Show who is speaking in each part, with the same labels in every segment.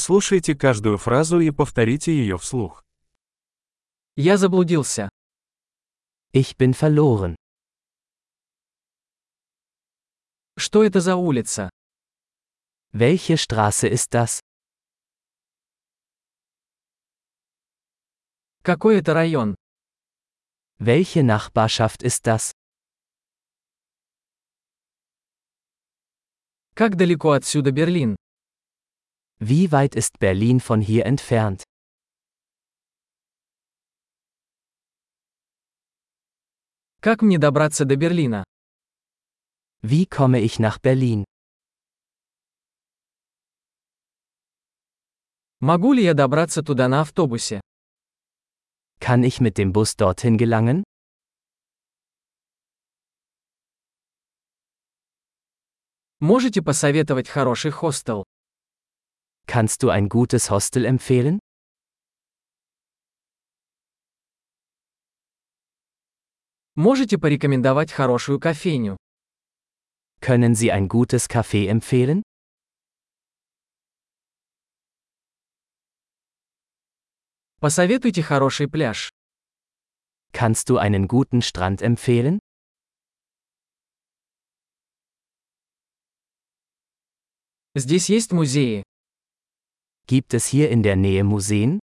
Speaker 1: Прослушайте каждую фразу и повторите ее вслух.
Speaker 2: Я заблудился.
Speaker 3: Ich bin verloren.
Speaker 2: Что это за улица?
Speaker 3: Welche Straße ist das?
Speaker 2: Какой это район?
Speaker 3: Welche Nachbarschaft ist das?
Speaker 2: Как далеко отсюда Берлин?
Speaker 3: Wie weit ist Berlin von hier entfernt?
Speaker 2: Как мне добраться до Берлина?
Speaker 3: Wie komme ich nach Berlin?
Speaker 2: Могу ли я добраться туда на автобусе?
Speaker 3: Kann ich mit dem Bus dorthin gelangen?
Speaker 2: Можете посоветовать хороший хостел?
Speaker 3: Kannst du ein gutes Hostel empfehlen?
Speaker 2: Можете порекомендовать хорошую кофейню?
Speaker 3: Können Sie ein gutes Café empfehlen?
Speaker 2: Посоветуйте хороший пляж.
Speaker 3: Kannst du einen guten Strand empfehlen?
Speaker 2: Здесь есть музеи.
Speaker 3: Gibt es hier in der Nähe Museen?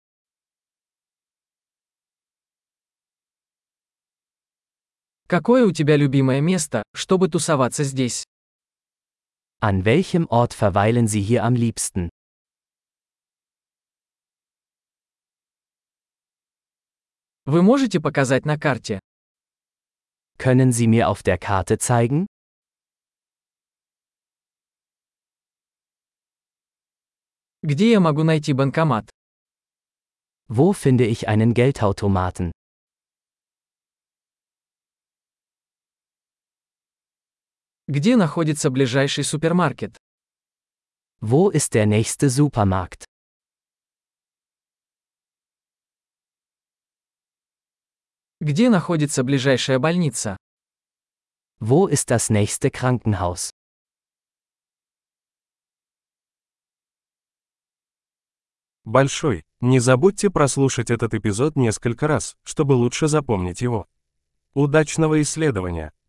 Speaker 2: Какое у тебя любимое место, чтобы тусоваться здесь?
Speaker 3: An welchem Ort verweilen Sie hier am liebsten?
Speaker 2: Вы можете показать на карте?
Speaker 3: Können Sie mir auf der Karte zeigen?
Speaker 2: Где я могу найти банкомат?
Speaker 3: Wo finde ich einen Geldautomaten?
Speaker 2: Где находится ближайший супермаркет?
Speaker 3: Wo ist der nächste Supermarkt?
Speaker 2: Где находится ближайшая больница?
Speaker 3: Wo ist das nächste Krankenhaus?
Speaker 1: Большой. Не забудьте прослушать этот эпизод несколько раз, чтобы лучше запомнить его. Удачного исследования!